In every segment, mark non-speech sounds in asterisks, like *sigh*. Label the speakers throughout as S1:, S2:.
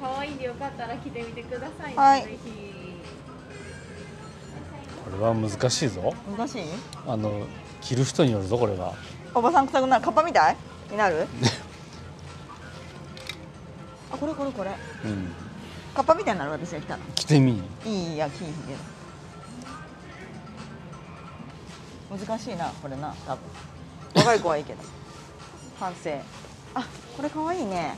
S1: 可愛いんでよかったら着てみてくださいね、
S2: はい
S1: ぜひ
S3: これは難しいぞ
S2: 難しい
S3: あの着る人によるぞこれは
S2: おばさん臭くなるカッパみたいになる *laughs* あこれこれこれ
S3: うん
S2: カッパみたいになる私が来たら
S3: 着てみ
S2: いいや金ひげ難しいなこれな多分若い子はいいけど反省あこれ可愛いね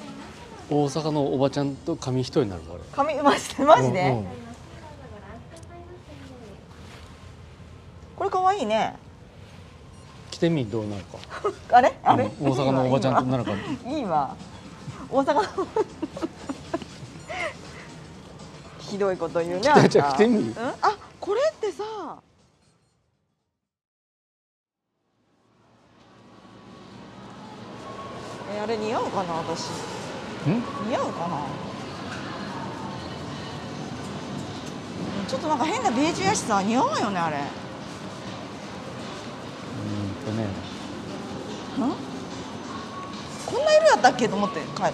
S3: 大阪のおばちゃんと紙一重になるぞ
S2: 髪マジでマ
S3: 俺
S2: ジで、
S3: うんうん
S2: これ可愛いね
S3: 着てみどうなるか
S2: あれあれ、
S3: うん大阪のおばちゃんとなるか
S2: いいわ大阪のひどいこと言うねあんた
S3: じゃあ着てみ
S2: うん、あこれってさえあれ似合うかな私
S3: うん
S2: 似合うかなちょっとなんか変なベージュやしさ似合うよねあれ
S3: うんとね
S2: こんな色やったっけと思って帰る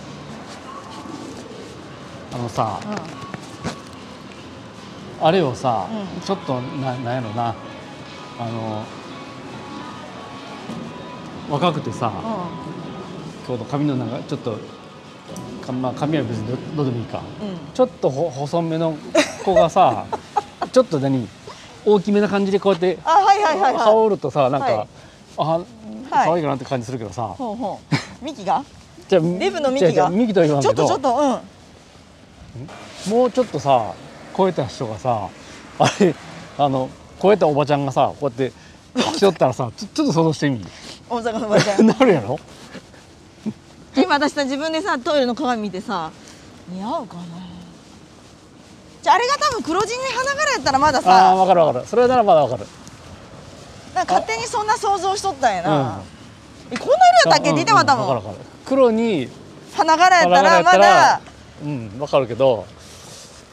S3: あのさ
S2: うん
S3: あれをさ、
S2: うん
S3: ちょっとななんやろなあの若くてさ、今日の髪の長いちょっとかまあ髪は別にどどうでもいいか
S2: うんうん
S3: ちょっとほ細めの子がさ *laughs* ちょっと何大きめな感じでこうやって
S2: あはいはいはいはい
S3: 羽織るとさなんか、
S2: はい
S3: あ
S2: はい
S3: 可愛いかなって感じするけどさ、
S2: ほうほう。ミキが。
S3: じゃあ
S2: デブのミキが
S3: じゃあじゃあミキとは言わん
S2: ちょ
S3: け
S2: っとちょっ
S3: ど
S2: と、うん。
S3: もうちょっとさ超えた人がさあれあの超えたおばちゃんがさこうやって来とったらさちょちょっと想像してみ
S2: 大阪のおばちゃ
S3: *laughs*
S2: ん。
S3: なるやろ
S2: 今私さ、自分でさ、トイレの鏡見てさ。似合うかな。じゃあ、あれが多分黒地に花柄やったら、まだ
S3: ああ
S2: さ。
S3: 分かる分かるそれならまだ分かる
S2: なんか勝手にそんな想像しとったんやな。えこんな色やったっけ、出て
S3: は
S2: はた
S3: 分か
S2: も
S3: る
S2: ん。
S3: 分かる黒に
S2: 花柄やった
S3: 花柄
S2: ら、
S3: やっ
S2: ま
S3: たら
S2: だ。
S3: うん分かるけど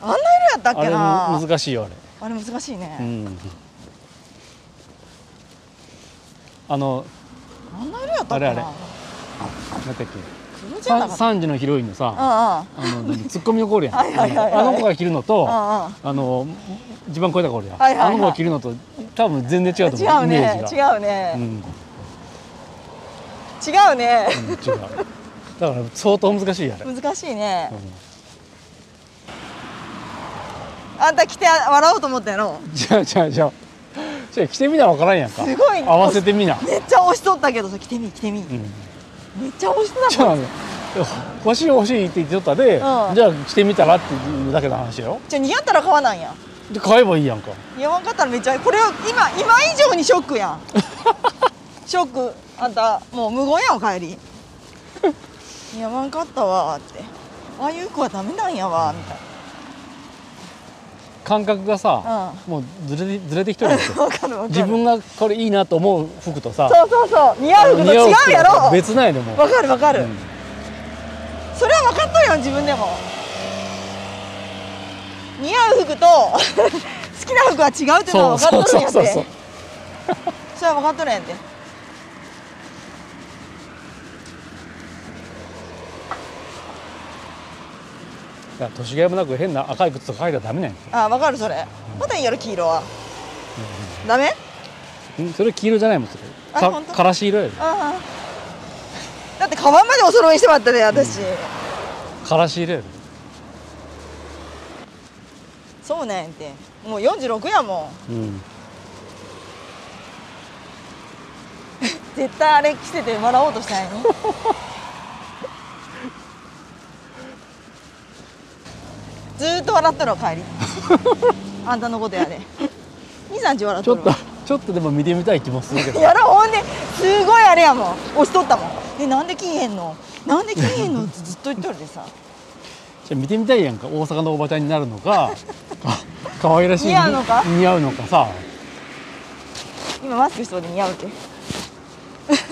S2: あんな色やったっ
S3: あ
S2: け
S3: れ
S2: な。
S3: 難しいよあれ
S2: あれ難しいうね。
S3: んあの
S2: あんな色やったっけ
S3: あれあ
S2: な
S3: れ。何だった
S2: 黒
S3: っけ
S2: 地やなか
S3: さ
S2: った。
S3: 三時のヒロインの
S2: うん
S3: さ
S2: うん。
S3: あの何ツッコミの子おるやん
S2: はいはいはいはい
S3: あの子が着るの
S2: うん
S3: と
S2: うん。
S3: あの一番超えた子おるやん、
S2: はいはいはい
S3: あの子が着るのと多分全然違うと
S2: 違
S3: 思う
S2: う
S3: イメー
S2: ね。
S3: ジ
S2: 違
S3: が
S2: うね
S3: う。ん、
S2: 違うね。
S3: うん、違うだから相当難しいやあれ、うん
S2: 難しいね。あんた来て笑おうと思ったやろ
S3: じゃあじゃあじゃあじゃあ着てみな分からんやんか
S2: すごいね
S3: 合わせてみな、
S2: めっちゃ押しとったけどさ来てみ来てみ、
S3: うん
S2: めっちゃ押してた
S3: じ
S2: もん
S3: ゃあ欲しい欲しいって言ってとった
S2: う
S3: で、
S2: ん
S3: じゃあ着てみたらっていうだけの話よ
S2: じゃあ似合ったら買わないや
S3: で買えばいいやんか
S2: 似合わんかったらめっちゃこれを今今以上にショック
S3: *laughs*
S2: やんショックあんたもう無言やんお帰り似合わんかったわーってああいう子はダメなんやわーみたい
S3: 感覚がさ、もうずれてずれてきとるんですよ
S2: な *laughs* わかるわかる
S3: 自分がこれいいなと思う服とさ
S2: そうそうそう似合う服と
S3: 似合
S2: 違
S3: 服
S2: うやろわ
S3: 別ないでもう
S2: かるわかる、
S3: うん
S2: それは分かっとるよ自分でも似合う服と *laughs* 好きな服は違うっていうのは分かっとるんやってそ
S3: そうそうそうそう
S2: れは分かっとるんやって
S3: いや年がいもなく変な赤い靴とか履いたらダメなんや
S2: ああ分かるそれまたいいやろ黄色はダメ
S3: んそれ黄色じゃないもんそれ
S2: あ
S3: か
S2: 本当
S3: からし色やで
S2: ああだってカバンまでお揃いしてまったで私、
S3: からし色やで
S2: そうなんやってもう46やもん
S3: うん
S2: 絶対あれ着せて笑おうとしたんやね *laughs* ずーっと笑っとるわ帰りあんたのことやで23時笑っ
S3: ちょ
S2: とる
S3: っと
S2: わ
S3: ちょっとでも見てみたい気もする
S2: *laughs*
S3: けど
S2: やろほんですごいあれやもん押しとったもんえなんで来いへんのなんで来いへんのってずっと言っとるでさ
S3: じゃあ見てみたいやんか大阪のおばちゃんになるの
S2: *laughs*
S3: かか可愛らしい
S2: 似合うのか
S3: 似合うのかさ
S2: 今マスクしとるで似合うて *laughs*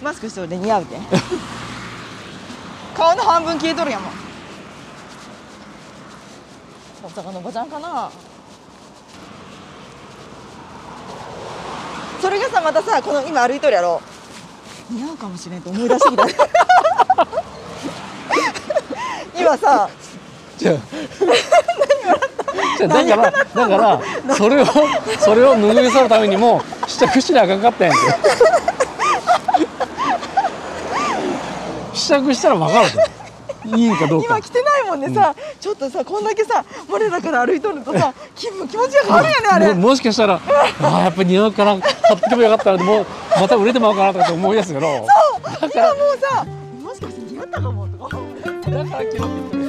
S2: マスクしとるで似合うて顔の半分消えとるやもん大阪のおばちゃんかなそれがさまたさこの今歩いとるやろ似合うかもしれんと思い出してきた *laughs* 今さ
S3: じゃあじゃあだからだからそれをそれを拭い去るためにも試着しなあかんかったんやて試着したら分かるといいんかどうか
S2: 今着てないもんねさ、ちょっとさこんだけさ我らから歩いとるとさ気分気持ちが変わるよねあれ
S3: ももしかしたらあーやっぱり似合うから買ってもよかったなってもうまた売れてもらおうかなとかって思い出すけど
S2: 今もうさもしかして似合ったかもとか。
S3: だから着ろって言ってる